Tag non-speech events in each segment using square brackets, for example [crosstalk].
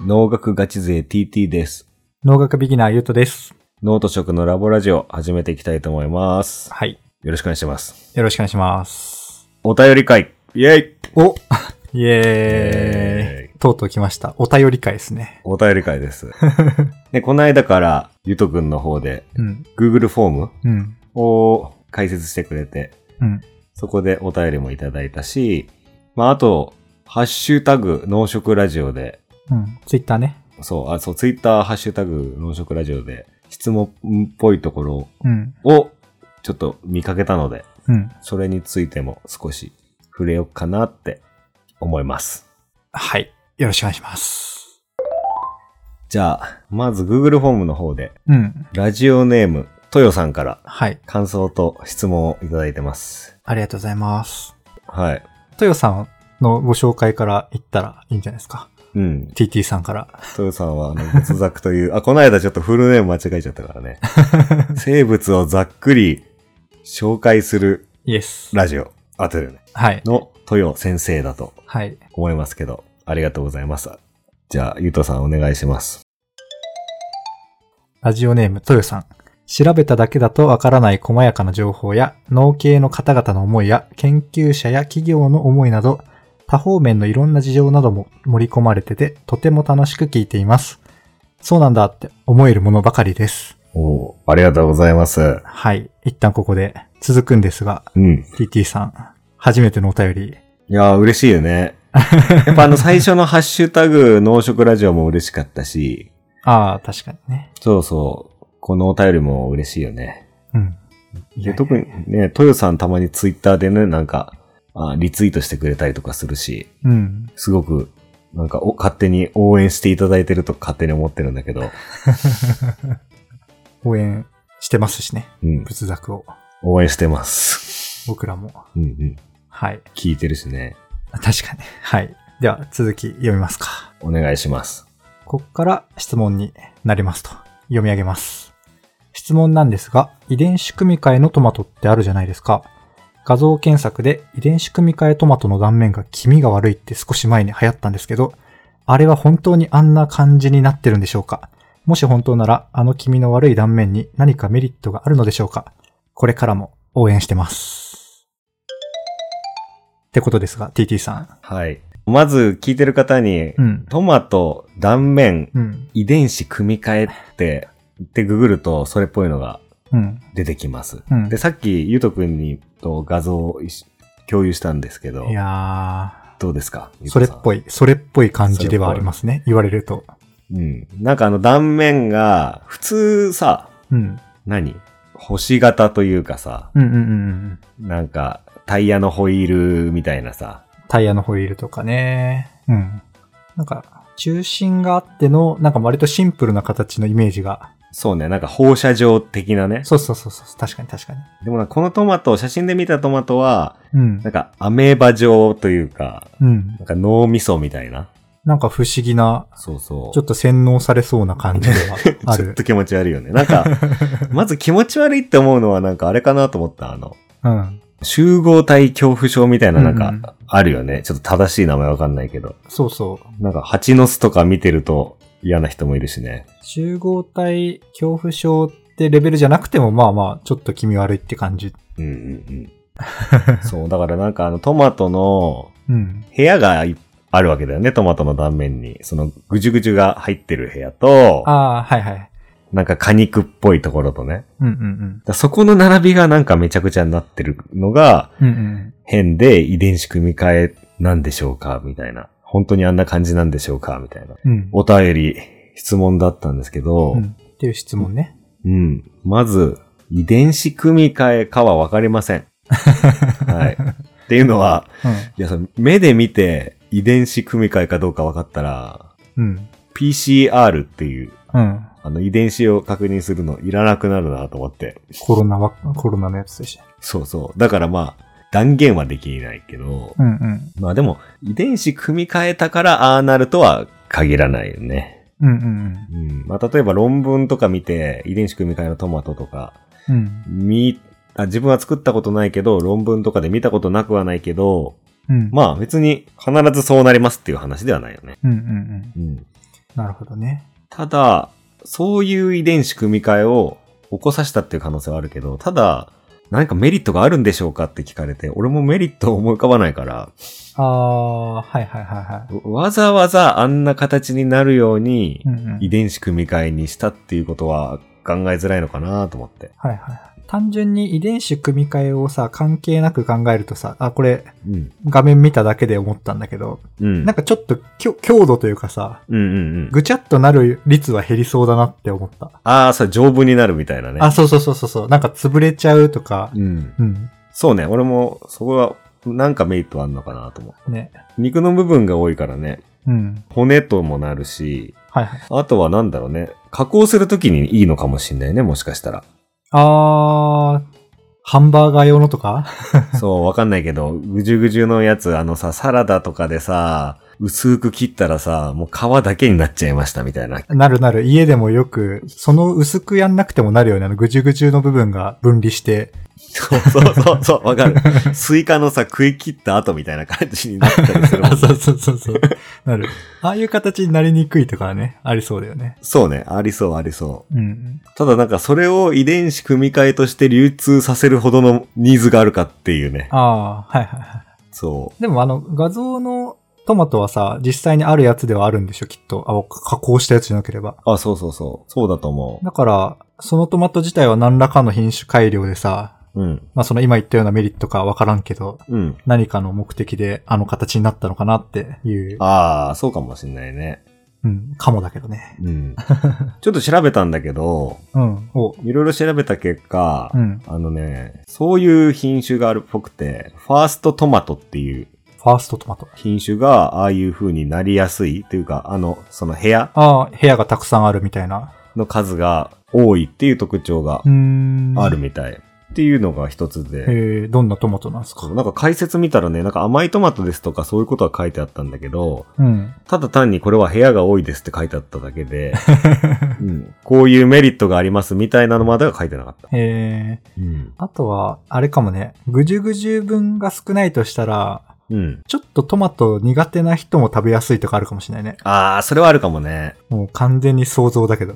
農学ガチ勢 TT です。農学ビギナーゆうとです。脳と食のラボラジオ始めていきたいと思います。はい。よろしくお願いします。よろしくお願いします。お便り会イェイおイエーイ。イェーイとうとう来ました。お便り会ですね。お便り会です。 [laughs] で、この間から、ゆとくんの方で、うん。 Google フォームうん。を解説してくれて、うん。そこでお便りもいただいたし、まあ、あと、ハッシュタグ、農食ラジオで、うん。ツイッターね。そう、あ、そう、ツイッター、ハッシュタグ、農食ラジオで、質問っぽいところうん。を、ちょっと見かけたので、うん。それについても少し触れようかなって思います。はい。よろしくお願いします。じゃあ、まず Google フォームの方で、うん。ラジオネーム、トヨさんからはい。感想と質問をいただいてます。ありがとうございます。はい。とよさんのご紹介から言ったらいいんじゃないですか。うん。 TT さんから。トヨさんは、あの、仏作という、あ、この間ちょっとフルネーム間違えちゃったからね。生物をざっくり紹介するイエス。ラジオ、あてるね。はい。のトヨ先生だとはい。思いますけど、ありがとうございます。じゃあ、ゆうとさんお願いします。ラジオネーム、とよさん。調べただけだとわからない細やかな情報や、農系の方々の思いや、研究者や企業の思いなど、多方面のいろんな事情なども盛り込まれてて、とても楽しく聞いています。そうなんだって思えるものばかりです。おありがとうございます。はい。一旦ここで続くんですが、うん。 TT さん、初めてのお便り。いやー、嬉しいよ [laughs] ね。やっぱあの、最初のハッシュタグ、農食ラジオも嬉しかったし、ああ、確かにね。そうそう、このお便りも嬉しいよね。うん。いやで特にね、トヨさんたまにツイッターでね、なんかあ、リツイートしてくれたりとかするし、うん。すごく、なんかお、勝手に応援していただいてると勝手に思ってるんだけ [laughs] ど、応援してますしね。うん、仏作を。応援してます。僕らも。うんうん。はい。聞いてるしね。確かに。はい。では、続き読みますか。お願いします。こっから質問になりますと。読み上げます。質問なんですが、遺伝子組み換えのトマトってあるじゃないですか。画像検索で遺伝子組み換えトマトの断面が気味が悪いって少し前に流行ったんですけど、あれは本当にあんな感じになってるんでしょうかもし本当なら、あの気味の悪い断面に何かメリットがあるのでしょうかこれからも応援してます。ってことですが、TT さん。はい。まず、聞いてる方に、うん。トマト断面うん。遺伝子組み換えって、ってググると、それっぽいのがうん。出てきます。うんで、さっき、ゆうとくんにと画像を一緒共有したんですけどい、やどうですかー、それっい。ぽい、それっぽい感じではありますね。言われると。うん。なんかあの断面が、普通さ、うん。何星型というかさ、うんうんうんうん。なんか、タイヤのホイールみたいなさ、タイヤのホイールとかね。うん。なんか、中心があっての、なんか割とシンプルな形のイメージが。そうね、なんか放射状的なね。そうそうそうそう。確かに確かに。でもなんかこのトマト、写真で見たトマトは、うんなん。かアメーバ状というか、うんな。んか脳みそみたいな。なんか不思議な、そうそう。ちょっと洗脳されそうな感じでは [laughs] あちょっると。気持ち悪いよね。なん [laughs] か、まず気持ち悪いって思うのはなんかあれかなと思った。あの、うん。集合体恐怖症みたいななんうんうんかあるよね。ちょっと正しい名前わかんないけど。そうそう。なんか蜂の巣とか見てると嫌な人もいるしね。集合体恐怖症ってレベルじゃなくても、まあまあ、ちょっと気味悪いって感じ。うん [laughs] うんうん。そう、だからなんかあのトマトのうん。部屋がいあるわけだよね。トマトの断面に。そのぐじゅぐじゅが入ってる部屋と、ああ、はいはい。なんか果肉っぽいところとね。うんうんだからそこの並びがなんかめちゃくちゃになってるのが、うん。うんうん。変で遺伝子組み換えなんでしょうかみたいな。本当にあんな感じなんでしょうかみたいな。うん。お便り、質問だったんですけど、ううんん、っていう質問ね。まず、遺伝子組み換えかはわかりません。はい。っていうのは、いや、その目で見て遺伝子組み換えかどうか分かったら、うん。うん。 PCR っていう、うん。あの遺伝子を確認するのいらなくなるなと思って。コロナは、コロナのやつでした。そうそう。だからまあ、断言はできないけど、うんうん。まあでも、遺伝子組み換えたからああなるとは限らないよね。うんうんうん。まあ例えば論文とか見て、遺伝子組み換えのトマトとか、うん。うん。見、あ自分は作ったことないけど、論文とかで見たことなくはないけど、うん。まあ別に必ずそうなりますっていう話ではないよね。うんうんうん。うん。なるほどね。ただ、そういう遺伝子組み換えを起こさせたっていう可能性はあるけど、ただ、何かメリットがあるんでしょうかって聞かれて、俺もメリットを思い浮かばないから、ああ、はいはいはいはわざわざあんな形になるようにい。う、んうん。はい遺伝子組み換えにしたっていうことは考えづらいのかなと思って。はいはい。単純に遺伝子組み換えをさ、関係なく考えるとさ、あ、これうん。画面見ただけで思ったんだけど、うん。なんかちょっと強強度というかさ、うんうんうん。ぐちゃっとなる率は減りそうだなって思った。ああ、さ、丈夫になるみたいなね。あ、そうそうそうそうそう。なんか潰れちゃうとか。うん。うん。そうね。俺も、そこは、なんかメリットあんのかなと思う。ね。肉の部分が多いからね、うん。骨ともなるし、はいはい。あとはなんだろうね。加工するときにいいのかもしんないね、もしか [laughs] したら。あー、ハンバーガー用のとか [laughs] そう、わかんないけど、ぐじゅぐじゅのやつ、あのさ、サラダとかでさ、薄く切ったらさ、もう皮だけになっちゃいましたみたいな。なるなる。家でもよく、その薄くやんなくてもなるよね。あの、ぐじゅぐじゅの部分が分離して。そうそうそうそう、わかる。スイカのさ、食い切った後みたいな感じになったりするもんね。あ、 [laughs] [laughs] そうそうそうそう。なる。ああいう形になりにくいとかはね、ありそうだよね。そうね、ありそうありそう。うん。ただなんかそれを遺伝子組み換えとして流通させるほどのニーズがあるかっていうね。あー、はいはいはい。そでもあの、画像のトマトはさ、実際にあるやつではあるんでしょ、きっと。あ、加工したやつじゃなければ。う。あ、そうそうそう。そうだと思だから、そのトマト自体は何らかの品種改良でさ、う。うん。まあその今言ったようなメリットかわからんけど、うん。何かの目的であの形になったのかなっていう、ああ、そうかもしんないね。うん、かもだけどね。 [laughs] うん。ちょっと調べたんだけど、うん、お、いろいろ調べた結果、うん。あのね、そういう品種があるっぽくて、ファーストトマトっていうファーストトマト。品種がああいう風になりやすいというか、あの、その部屋ああ、部屋がたくさんあるみたいな。の数が多いっていう特徴がうーん。あるみたい。っていうのが一つで、えー、どんなトマトなんですかそうなんか解説見たらね、なんか甘いトマトですとかそういうことは書いてあったんだけど、うん。ただ単にこれは部屋が多いですって書いてあっただけ [laughs] で、うんこういうメリットがありますみたいなのまでは書いてなかった。えー、うん。あとは、あれかもね、ぐじゅぐじゅ分が少ないとしたら、うん。ちょっとトマト苦手な人も食べやすいとかあるかもしれないね。あー、それはあるかもね。もう完全に想像だけど。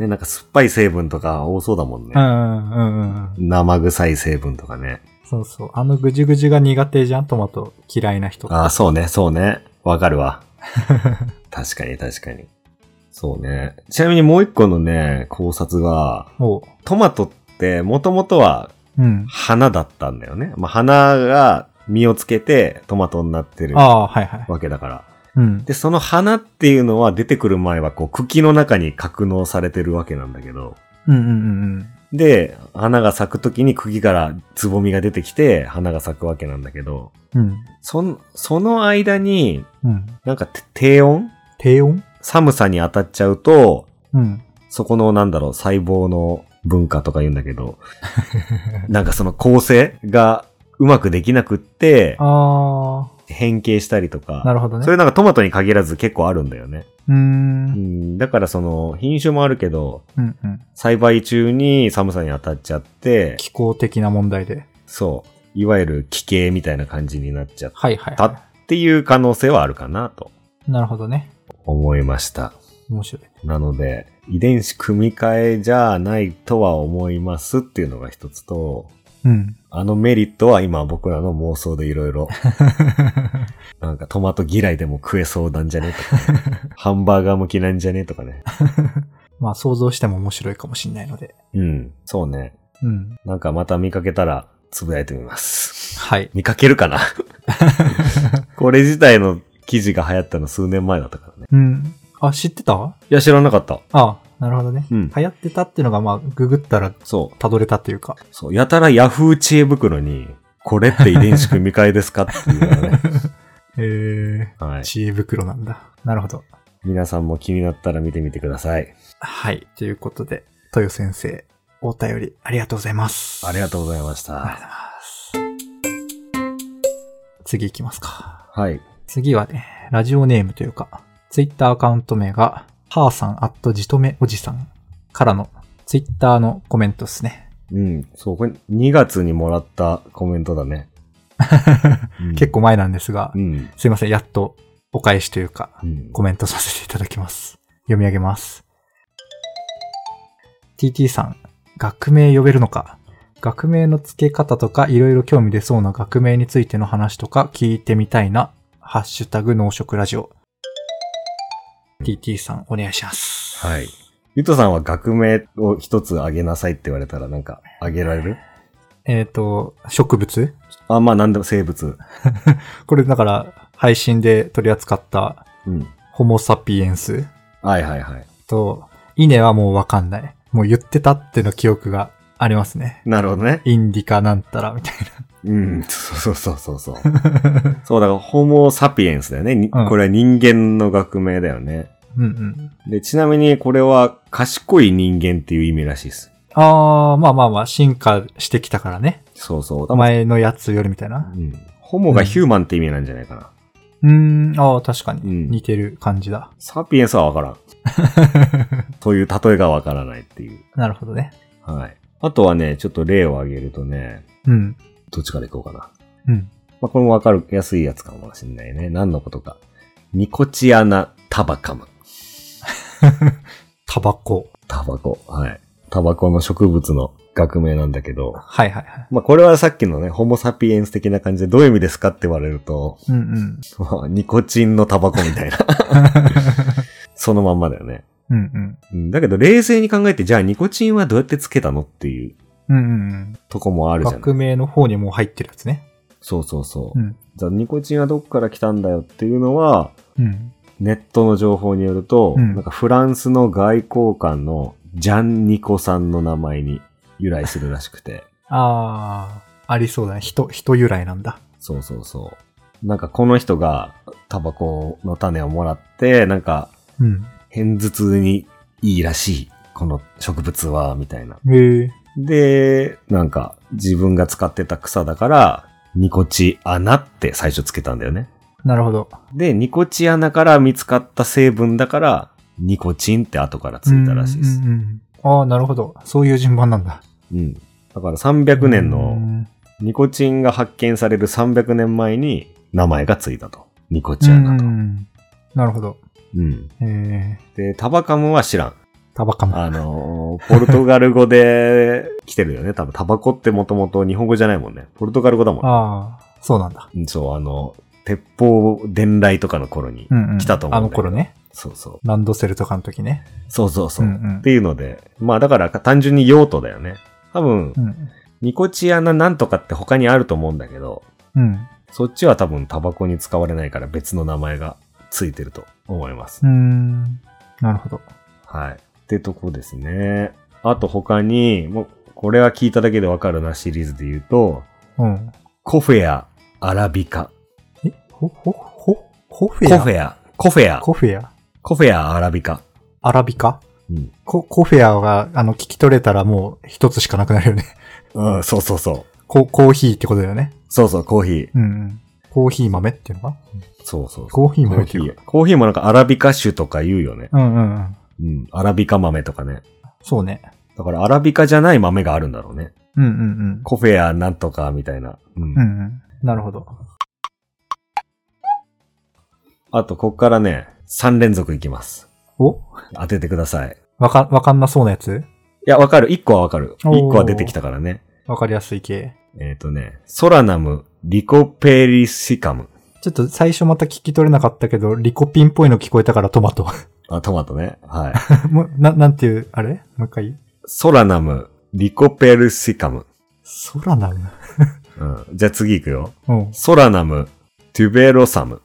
ね、なんか酸っぱい成分とか多そうだもんうね。ん、うん、うんうん。生臭い成分とかね。 [laughs] そうそう。あのぐじゅぐじゅが苦手じゃんトマト嫌いな人。あー、そうね、そうね。わかるわ。確かに確かに。そうね。ちなみにもう一個のね、考察が、もトマトってもともとはう。うん。花だったんだよね。まあ、花が実をつけてトマトになってるあわあ、はいはい。けだから。うん。で、その花っていうのは出てくる前はこう茎の中に格納されてるわけなんだけど。うんうんうんうん。で、花が咲くときに茎からつぼみが出てきて花が咲くわけなんだけど、うん。その、その間に、うん。なんかて低温低温寒さに当たっちゃうと、うん。そこのなんだろう、細胞の文化とか言うんだけ [laughs] ど、なんかその構成がうまくできなくって、あ変形したりとあ、なか、るほどねそ。れなんかトマトに限らず結構あるんだよね。うー。うんん、だからその品種もあるけど、うんうん。栽培中に寒さに当たっちゃって、気候的な問題で。そう、いわゆる気形みたいな感じになっちゃっはいはい、たっていう可能性はあるかなとなるほどね。思いました。面白い。なので、遺伝子組み換えじゃないとは思いますっていうのが一つと、うん。あのメリットは今僕らの妄想でいろい [laughs] ろ、なんかトマト嫌いでも食えそうなんじゃねとか、 [laughs] ハンバーガー向きなんじゃねとかね。まあ想像しても面白いかもしれないので。うん、そうね。うん。なんかまた見かけたらつぶやいてみます。はい。見かけるか [laughs] なこれ自体の記事が流行ったの数年前だったからね。うん。あ、知ってたいや、知らなかった。ああ、なるほどね。うん流行ってたっていうのが、まあ、ググったら、そう。たどれたっていうか。そう、やたらヤフー知恵袋に、これって遺伝子組み換えですかっていうのが [laughs] ね。えー、はい。知恵袋なんだ。なるほど。皆さんも気になったら見てみてください。はい。ということで、豊先生、お便りありがとうございます。ありがとうございましありがとうごた。ざいます。次行きますか。はい。次はね、ラジオネームというか、ツイッターアカウント名が、はーさんアットじとめおじさんからのツイッターのコメントですね。 [laughs] うん。そう、これ2月にもらったコメントだね。うん結。構前なんですがう、ん。すいません、やっとお返しというか、うんコメントさせていただきます。読み上げます。TT さん、学名呼べるのか学名の付け方とかいろいろ興味出そうな学名についての話とか聞いてみたいな。ハッシュタグ農食ラジオ。TT さん、お願いします。はい。ゆとさんは学名を一つあげなさいって言われたらなんかあげられるえっ、と、植物あ、まあなんでも生物。これだから、配信で取り扱ったうん。ホモサピエンスはいはいはい。と、稲はもうわかんない。もう言ってたっていうの記憶がありますね。なるほどね。インディカなんたらみたいうん。そうそうそうそう。な。そうだから、ホモ・サピエンスだよね。にうんこれは人間の学名だよね。うんうん。で、ちなみにこれは賢い人間っていう意味らしいです。あー、まあまあまあ、進化してきたからね。そうそう。前のやつよりみたいな。うん。ホモがヒューマンって意味なんじゃないかな。うーん、ああ、確かに。うん似てる感じだ。サピエンスはわからん。 [laughs] という例えがわからないっていう。なるほどね。はい。あとはね、ちょっと例を挙げるとね、うん。どっちからいこうかな。うん。まあ、これもわかる、安いやつかもしんないね。何のことか。ニコチアナ・タバカム。タバコ。タバコ。はい。タバコの植物の学名なんだけど、はいはいはい。まあ、これはさっきのね、ホモサピエンス的な感じでどういう意味ですかって言われると、 [laughs] うんうん。まあニコチンのタバコみた [laughs] いな。そのまんまだよね。うんうん。うんだけど、冷静に考えて、じゃあニコチンはどうやってつけたのっていううんうんとこもあうん。るじゃ学ん。名の方にもう入ってるやつね。そうそうそうう。ん。じゃあニコチンはどっから来たんだよっていうのは、うん。ネットの情報によると、うんなんかフランスの外交官のジャン・ニコさんの名前に由来するらしくて。ああ、ありそうだね。人、人由来なんだ。そうそうそう。なんかこの人がタバコの種をもらって、なんかうん。偏頭痛にいいらしい。この植物は、みたいな。へえ。で、なんか自分が使ってた草だから、ニコチアナって最初つけたんだよね。なるほど。で、ニコチアナから見つかった成分だから、ニコチンって後からついたらしいです。うんうんうんああ、なるほど。そういう順番なんだ。うん。だから300年うの、んニコチンが発見される300年前に名前がついたと。ニコチアナと。うんなるほど。うん。ええで、タバカムは知らん。タバカも。あのー、ポルトガル語で来てるよね。多分、タバコってもともと日本語じゃないもんね。ポルトガル語だもんね。ああ、そうなんだ。うんそう、あの、鉄砲伝来とかの頃に。うんうん来たと思うあんだのけど頃ね。そうそう。ランドセルとかの時ね。そうそうそう。うんうんっていうので。まあ、だから単純に用途だよね。多分う、ん。ニコチアナなんとかって他にあると思うんだけど、うん。そっちは多分タバコに使われないから別の名前がついてると思います。うーん。なるほど。はい。ってとこですね。あと他に、もう、これは聞いただけでわかるなシリーズで言うと、うん。コフェア、アラビカ。え、ほ、ほ、ほ、コフェアコフェア、コフェア、コフェアコフェア、アラビカ。アラビカうん。コ、コフェアが、あの、聞き取れたらもう一つしかなくなるよね。 [laughs] うん、そうそうそう。コ、コーヒーってことだよね。そうそう、コーヒー。うんうん。コーヒー豆っていうのかそうそうそう。コーヒーコー豆っヒていうーか。。コーヒーもなんかアラビカ種とか言うよね。うんうんうん。うん、アラビカ豆とかね。そうね。だからアラビカじゃない豆があるんだろうね。うんうんうん。コフェアなんとかみたいな。うんうんうん。なるほど。あと、こっからね、3連続いきます。お当ててください。わか、わかんなそうなやついや、わかる。1個はわかる。おー1個は出てきたからね。わかりやすい系。えっ、とね、ソラナム、リコペリシカム。ちょっと最初また聞き取れなかったけど、リコピンっぽいの聞こえたからトマ [laughs] ト。あ、トマトね。 [laughs] はい。もう、な、なんていう、あれもう一回。ソラナム、リコペルシカム。ソラナム。うん。じゃあ次行くよ。うん。ソラナム、トゥベロサム。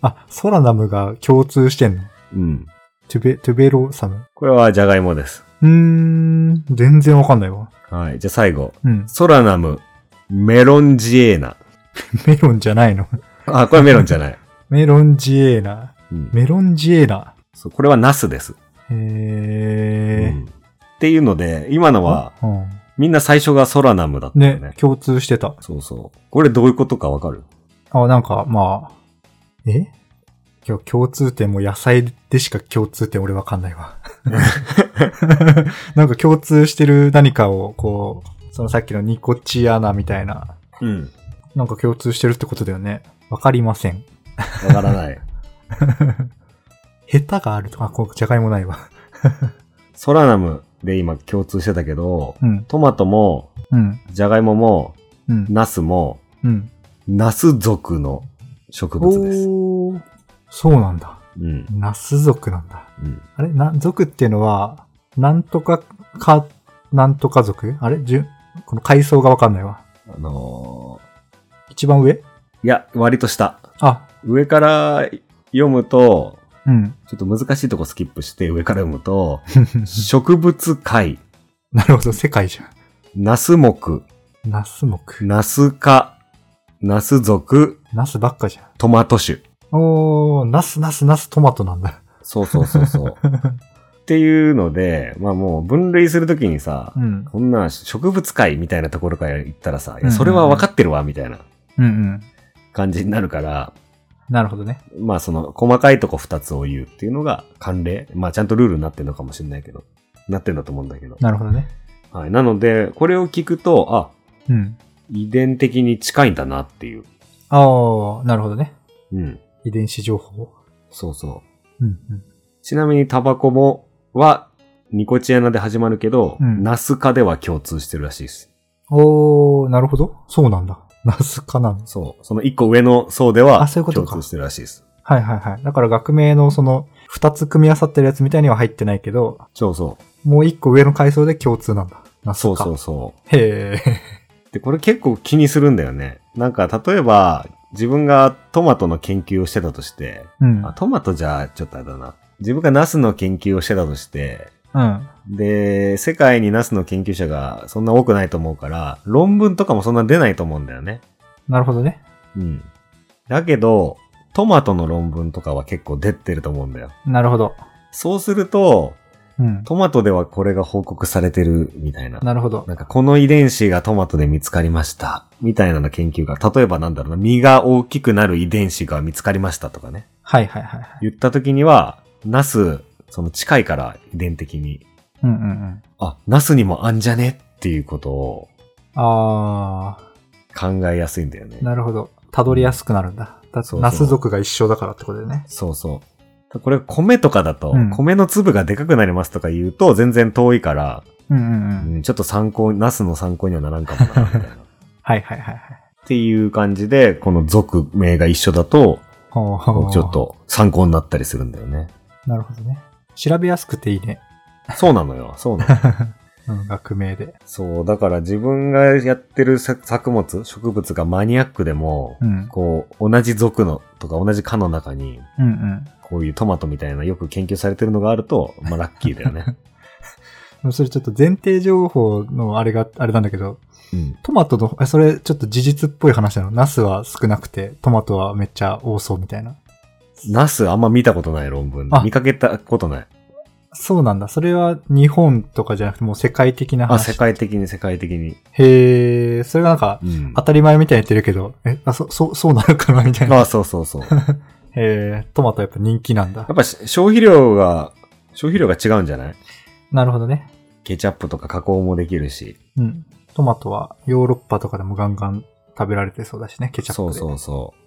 あ、ソラナムが共通してんのうん。トゥベ、トゥベロサム。これはジャガイモです。うーん、全然わかんないわ。はい。じゃあ最後。うん。 [laughs] ソラナム、メロンジエーナ。メロンじゃないの。 [laughs] あ、これはメロンじゃ [laughs] ない。メロンジエーナ。うん。メロンジエーナ。そうこれはナスです。へうんっていうので、今のー。は、うん。みんな最初がソラナムだったよね。ね、共通してた。そうそう。これどういうことかわかるあ、なんか、まあ、え今日共通点も野菜でしか共通点俺わかんな [laughs] いわ。なんか共通してる何かを、こう、そのさっきのニコチアナみたいな、うん。なんか共通してるってことだよね。わかりません。わからない。ヘタがあるとか、あこう、じゃがいもないわ。ソラナムで今共通してたけど、うん。トマトも、うん。ジャガイモも、うん。ナスも、うん。ナス属の植物です。おーそうなんだ。うん。ナス族なんだ。うん。あれな、族っていうのは、なんとかか、なんとか族あれじゅこの階層がわかんないわ。あの一番上ーいや、割と下。あ、上から読むと、 [laughs] うん。ちょっと難しいとこスキップして上から読むと、植物界、なるほど、世界じゃナス目、ん。ナス目。ナス科、ナス属、ナスばっかじゃトマト種。ん。おー、ナスナスナストマトなんだ。そうそうそうそう。っていうので、まあもう分類するときにさ、うん。こんな植物界みたいなところから言ったらさ、いうんうんうやんそれは分かってるわ、みたいなうんうん。感じになるから、なるほどね。まあその細かいとこ二つを言うっていうのが慣例。まあちゃんとルールになってるのかもしれないけど、なってるんだと思うんだけど。なるほどね。はい。なので、これを聞くと、あ、うん。遺伝的に近いんだなっていう。あー、なるほどね。うん。遺伝子情報。そうそう。うんうん。ちなみにタバコも、は、ニコチアナで始まるけど、うんナス科では共通してるらしいです。おー、なるほど。そうなんだ。ナスかなんです。そう。その一個上の層ではあそういうこと共か通してるらしいです。はいはいはい。だから学名のその、二つ組み合わさってるやつみたいには入ってないけど、そうそう。もう一個上の階層で共通なんだ。ナスそか。うそうそう。へえ。で、これ結構気にするんだよね。なんか、例えば、自分がトマトの研究をしてたとして、うん。あトマトじゃ、ちょっとあれだな。自分がナスの研究をしてたとして、うん。で、世界にナスの研究者がそんな多くないと思うから、論文とかもそんな出ないと思うんだよね。なるほどね。うん。だけど、トマトの論文とかは結構出てると思うんだよ。なるほど。そうすると、うん。トマトではこれが報告されてるみたいな。なるほど。なんかこの遺伝子がトマトで見つかりました。みたいなの研究が、例えばなんだろうな、実が大きくなる遺伝子が見つかりましたとかね。はいはいはいはい。言った時には、ナス、その近いから遺伝的に、うんうんうん。あ、ナスにもあんじゃねっていうことをあ考えやすいんだよねー、。なるほど。たどりやすくなるんだ。だそうそうナス族が一緒だからってことだよね。そうそう。これ米とかだと、うん米の粒がでかくなりますとか言うと全然遠いから、うんうんうん。うんちょっと参考に、ナスの参考にはならんかもな、みた [laughs] いな。っはいはいはいはい。ていう感じで、この属名が一緒だと、ほうほうちょっ。と参考になったりするんだよね。なるほどね。調べやすくていいね。そうなのよ。そう [laughs] なの。うん、学名で。そう。だから自分がやってる作作物、植物がマニアックでも、うん。こう、同じ属のとか同じ科の中に、うんうん。こういうトマトみたいなよく研究されてるのがあると、まあラッキーだよね。でもそれちょっと前提情報のあれが、あれなんだけど、 [laughs] うん。トマトの、えそれちょっと事実っぽい話なの。ナスは少なくて、トマトはめっちゃ多そうみたいな。ナスあんま見たことない論文であ見かけたことない。そうなんだ。それは日本とかじゃなくてもう世界的なあ、話。世界的に世界的に。へえ、それがなんかうん当たり前みたいに言ってるけど、え、あ、そ、そう、そうなるかなみたいな。あ、そうそう [laughs] そう。やへえ、トマトやっぱ人気なんだ。っぱし消費量が、消費量が違うんじゃないなるほどね。ケチャップとか加工もできるし。うん。トマトはヨーロッパとかでもガンガン食べられてそうだしね、ケチャッそプうで。そうそう。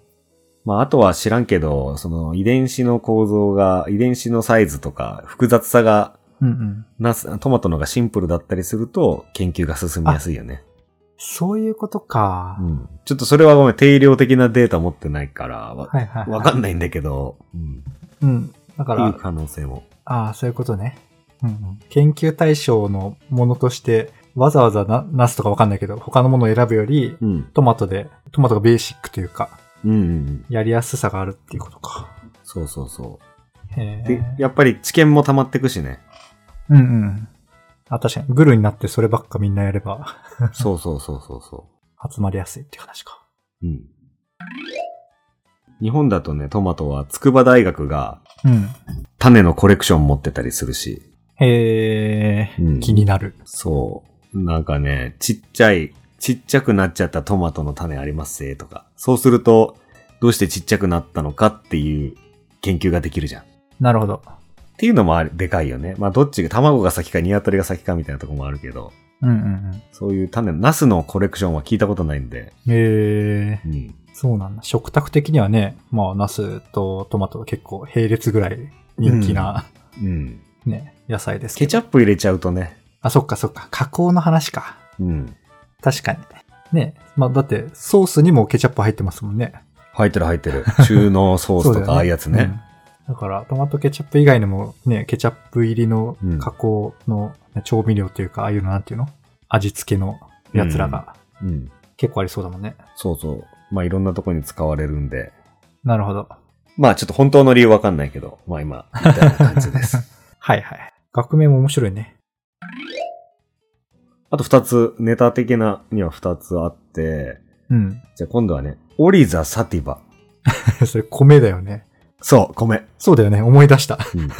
まあ、あとは知らんけど、その遺伝子の構造が、遺伝子のサイズとか複雑さが、うんうん。ナス、トマトのがシンプルだったりすると、研究が進みやすいよね。そういうことか。うん。ちょっとそれはごめん、定量的なデータ持ってないから、わ、はいはい、わはかんないんだけど、うん。い。うん。だかっていらう、可能性も。ああ、そういうことね。うんうん、研究対象のものとして、わざわざな、ナスとかわかんないけど、他のものを選ぶより、うん。トマトで、トマトがベーシックというか、うんうんうん。やりやすさがあるっていうことか。そうそうそへう。でえ。、やっぱり知見も溜まってくし [laughs] ね。うんうん。あ、確かに、グルになってそればっかみんなやれば、そうそうそうそうそ集まりやすいっていう話か。う。うん。日本だとね、トマトは筑波大学がうん。種のコレクション持ってたりするし。へえ、うん気になる。そう。なんかね、ちっちゃい、ちっちゃくなっちゃったトマトの種ありますぜとか。そうすると、どうしてちっちゃくなったのかっていう研究ができるじゃん。っなるほど。ていうのもあれでかいよね。まあどっちが、卵が先かニワトリが先かみたいなとこもあるけど、うんうんそういう種、ナスのコレクションは聞いたことないんで、うん。へえ、うん。そうなんだ。食卓的にはね、まあ、ナスとトマトは結構並列ぐらい人気な、うん。ね、野菜ですケけど。チャップ入れちゃうとね。あ、そっかそっか。加工の話か。うん。確かに。ね。まあ、だって、ソースにもケチャップ入ってますもんね。入ってる入って [laughs] る。中濃ソースだとよかああいうやつね。。うんだから、トマトケチャップ以外にも、ね、ケチャップ入りのうん加工の調味料というか、ああいうのなんていうの味付けのやつらがうん。結構ありそうだもんね。そうそう。まあいろんなとこに使われるんで。なるほど。まあちょっと本当の理由わかんないけど、まあ今、みたいな感じです。 [laughs] はいはい。学名も面白いね。あと二つ、ネタ的なには二つあって、 [laughs] うん。じゃあ今度はね、オリザ・サティバ。それ米だよね。そう、米。そうだよね。思い出した。うん [laughs]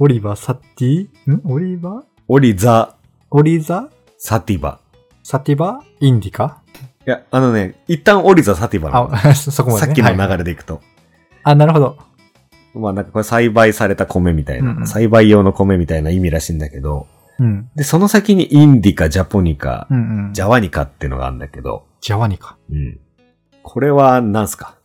オリバーサティんオリバーオリザ・オリザサティバ。サティバインディカいや、あのね、一旦オリザ・サティバなのあ、 [laughs] そそこまで、さね。っきのはい流れでいくと。あ、なるほど。まあなんかこれ栽培された米みたいな、うんうん栽培用の米みたいな意味らしいんだけど、うん。で、その先にインディカ、ジャポニカ、うんうん。ジャワニカっていうのがあるんだけど、ジャワニか。うん。これは何すか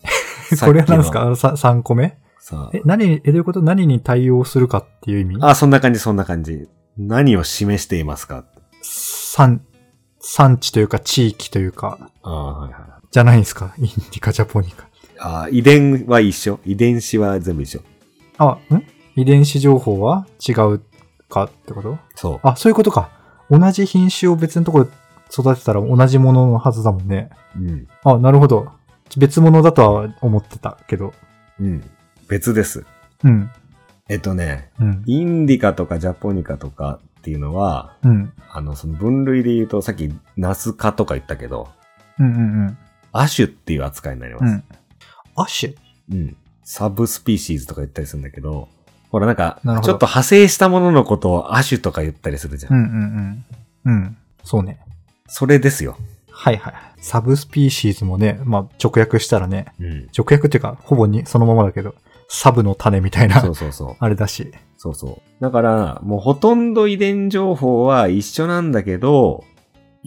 [laughs] これは何ですさかっあのさ ?3 個目きのさあえ、何に、え、どういうこと何に対応するかっていう意味あ、そんな感じ、そんな感じ。何を示していますか産、産地というか地域というか、ああ、はいはい。じゃないんですかインディカ、ジャポニカ。ああ、遺伝は一緒。遺伝子は全部一緒。あ、ん遺伝子情報は違うかってことそう。あ、そういうことか。同じ品種を別のところで育てたら同じもののはずだもんね。うん。あ、なるほど。別物だとは思ってたけど。うん。別です。うん。えっとね、うん。インディカとかジャポニカとかっていうのは、うん。あの、その分類で言うと、さっきナス科とか言ったけど、うんうんうん。亜種っていう扱いになりうますん。。アッシュうん。サブスピーシーズとか言ったりするんだけど、ほらなんか、ちなょるっほとど派生したもののことを亜種とか言ったりするじゃん。うんうんうん。うん。そうね。それですよ。はいはい。サブスピーシーズもね、まあ直訳したらね、うん。直訳っていうか、ほぼにそのままだけど、サブの種みたいなそ、うそうそう。 [laughs] あれだし。そうそう。だから、もうほとんど遺伝情報は一緒なんだけど、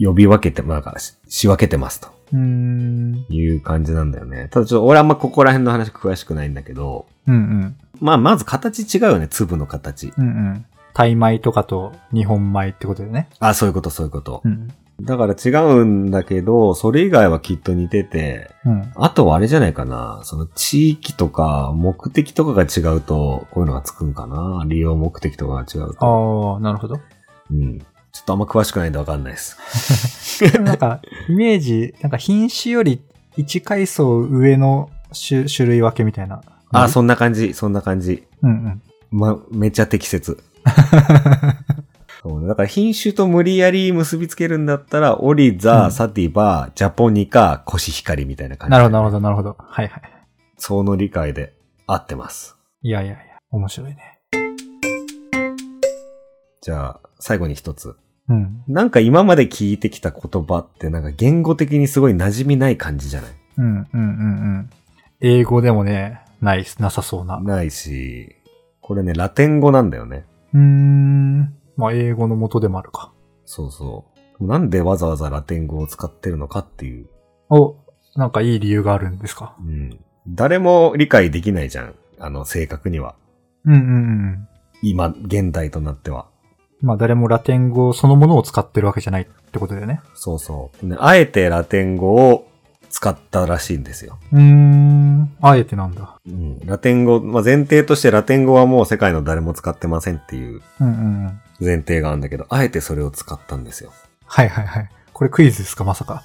呼び分けて、まあ、なんかし仕分けてますとうーん。いう感じなんだよね。ただちょっと俺あんまここら辺の話詳しくないんだけど、うんうん。まあまず形違うよね、粒の形。うんうん。タイ米とかと日本米ってことでね。あ、そういうことそういうこと。うん。だから違うんだけど、それ以外はきっと似てて、うん。あとはあれじゃないかな、その地域とか目的とかが違うと、こういうのがつくんかな。利用目的とかが違うと。ああ、なるほど。うん。ちょっとあんま詳しくないんでわかんないです。で [laughs] もなんか、イメージ、なんか品種より1階層上の種種類分けみたいな。あ、そんな感じ、そんな感じ。うんうん。ま、めっちゃ適切。そうねだから品種と無理やり結びつけるんだったら、オリザ、うんサティバ、ジャポニカ、コシヒカリみたいな感じ。 [laughs] なるほど、なるほど、なるほど。はいはい。その理解で合ってます。いやいやいや、面白いね。じゃあ、最後に一つ。うん。なんか今まで聞いてきた言葉ってなんか言語的にすごい馴染みない感じじゃないうんうんうんうん。英語でもね、ないっす、なさそうな。ないし、これね、ラテン語なんだよね。うーん。まあ、英語の元でもあるか。そうそう。なんでわざわざラテン語を使ってるのかっていう。お、なんかいい理由があるんですかうん。誰も理解できないじゃん。あの、正確には。うんうんうん。今、現代となっては。まあ誰もラテン語そのものを使ってるわけじゃないってことだよね。そうそう。ねあえてラテン語を使ったらしいんですよ。うーん。あえてなんだ。うん。ラテン語、まあ、前提としてラテン語はもう世界の誰も使ってませんっていううんうんうん。前提があるんだけど、あえてそれを使ったんですよ。はいはいはい。これクイズですかまさか。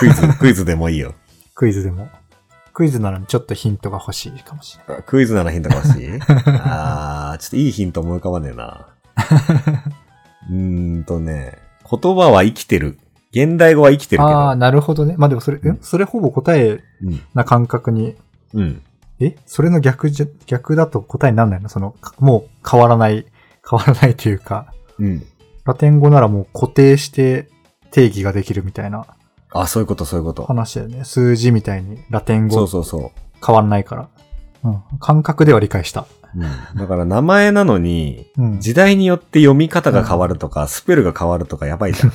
クイ [laughs] ズ、クイズでもいいよ。クイズでも。クイズならちょっとヒントが欲しいかもしれなあい。クイズならヒントが [laughs] 欲しいあー、ちょっといいヒント思い浮かばねえな。うーんとね、言葉は生きてる。現代語は生きてるけああー、ど。なるほどね。まあでもそれ、うんんそれほぼ答えうん。な感覚に。うん。えそれの逆じゃ、逆だと答えになんないのその、かもう変わらない、変わらないというか、うん。ラテン語ならもう固定して定義ができるみたいな。あ、そういうこと、そういうこと。話だよね。数字みたいにラテンそ語うそうそ変わんないから。うん。感覚では理解した。う。うん。だから名前なのに、うん。時代によって読み方が変わるとか、スペルが変わるとかやばいじゃ [laughs] ん。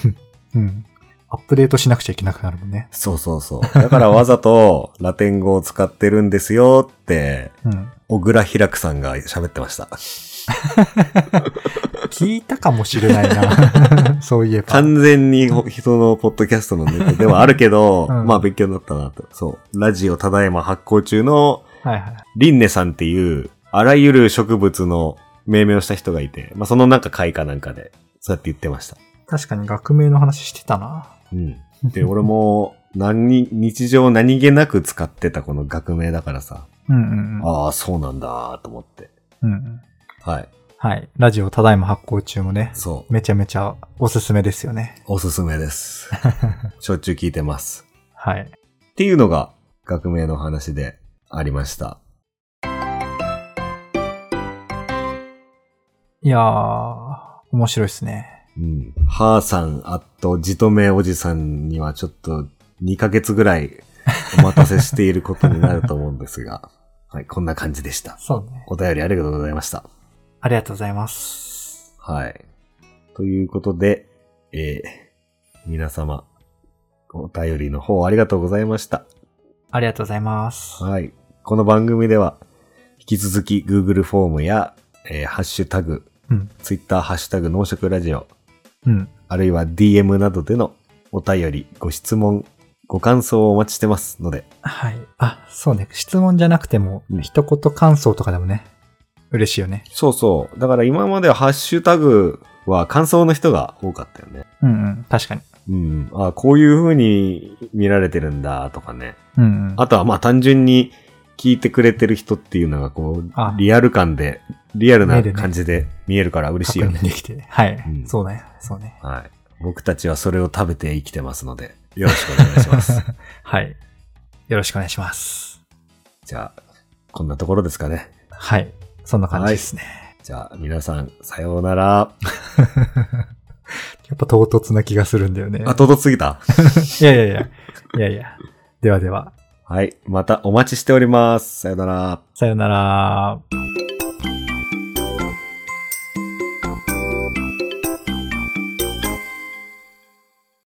うん。アップデートしなくちゃいけなくなるもんね。そうそうそう。だからわざとラテン語を使ってるんですよって [laughs] うん。小倉開くさんが喋ってました。聞いたかもしれないな。 [laughs] そういえば。完全にほ人のポッドキャストのネタではあるけど、うんまあ勉強になったなと。そう。ラジオただいま発行中のはいはい。リンネさんっていう、あらゆる植物の命名をした人がいて、まあそのなんか会かなんかで、そうやって言ってました。確かに学名の話してたな。うん。で、俺も、何、日常何気なく使ってたこの学名だからさ、うんうんうん。ああ、そうなんだと思って。うんうんはい。はい。ラジオただいま発行中もね、そう。めちゃめちゃおすすめですよね。おすすめです。しょっちゅう聞いてます。はい。っていうのが、学名の話でありました。いやー、面白いですね。うん。はーさん、あと、じとめおじさんにはちょっと、2ヶ月ぐらい [laughs] お待たせしていることになると思うんですが、はい、こんな感じでした。そうね。お便りありがとうございました。ありがとうございます。はい。ということで、えー、皆様、お便りの方ありがとうございました。ありがとうございます。はい。この番組では、引き続き Google フォームや、えーハッシュタグ、うん、 Twitter、ハッシュタグ、農食ラジオ、うん。あるいは DM などでのお便り、ご質問、ご感想をお待ちしてますので、はい。あ、そうね。質問じゃなくても、うん一言感想とかでもね、嬉しいよね。そうそう。だから今まではハッシュタグは感想の人が多かったよね。うんうん。確かに。うん。あこういう風に見られてるんだとかね。うんうん。あとはまあ単純に聞いてくれてる人っていうのがこうあ、リアル感で、リアルな目でね感じで見えるから嬉しいよね。確認できて。はい。うんそうね。そうね。はい。僕たちはそれを食べて生きてますので、よろしくお [laughs] 願いします。 [laughs] はい。よろしくお願いします。じゃあ、こんなところですかね。はい。そんな感じですね。じゃあ、皆さん、さようなら。やっぱ唐突な気がするんだよね。あ、とどつぎた。いやいやいや。いやいや。ではでは。はい。またお待ちしております。さようなら。さよなら。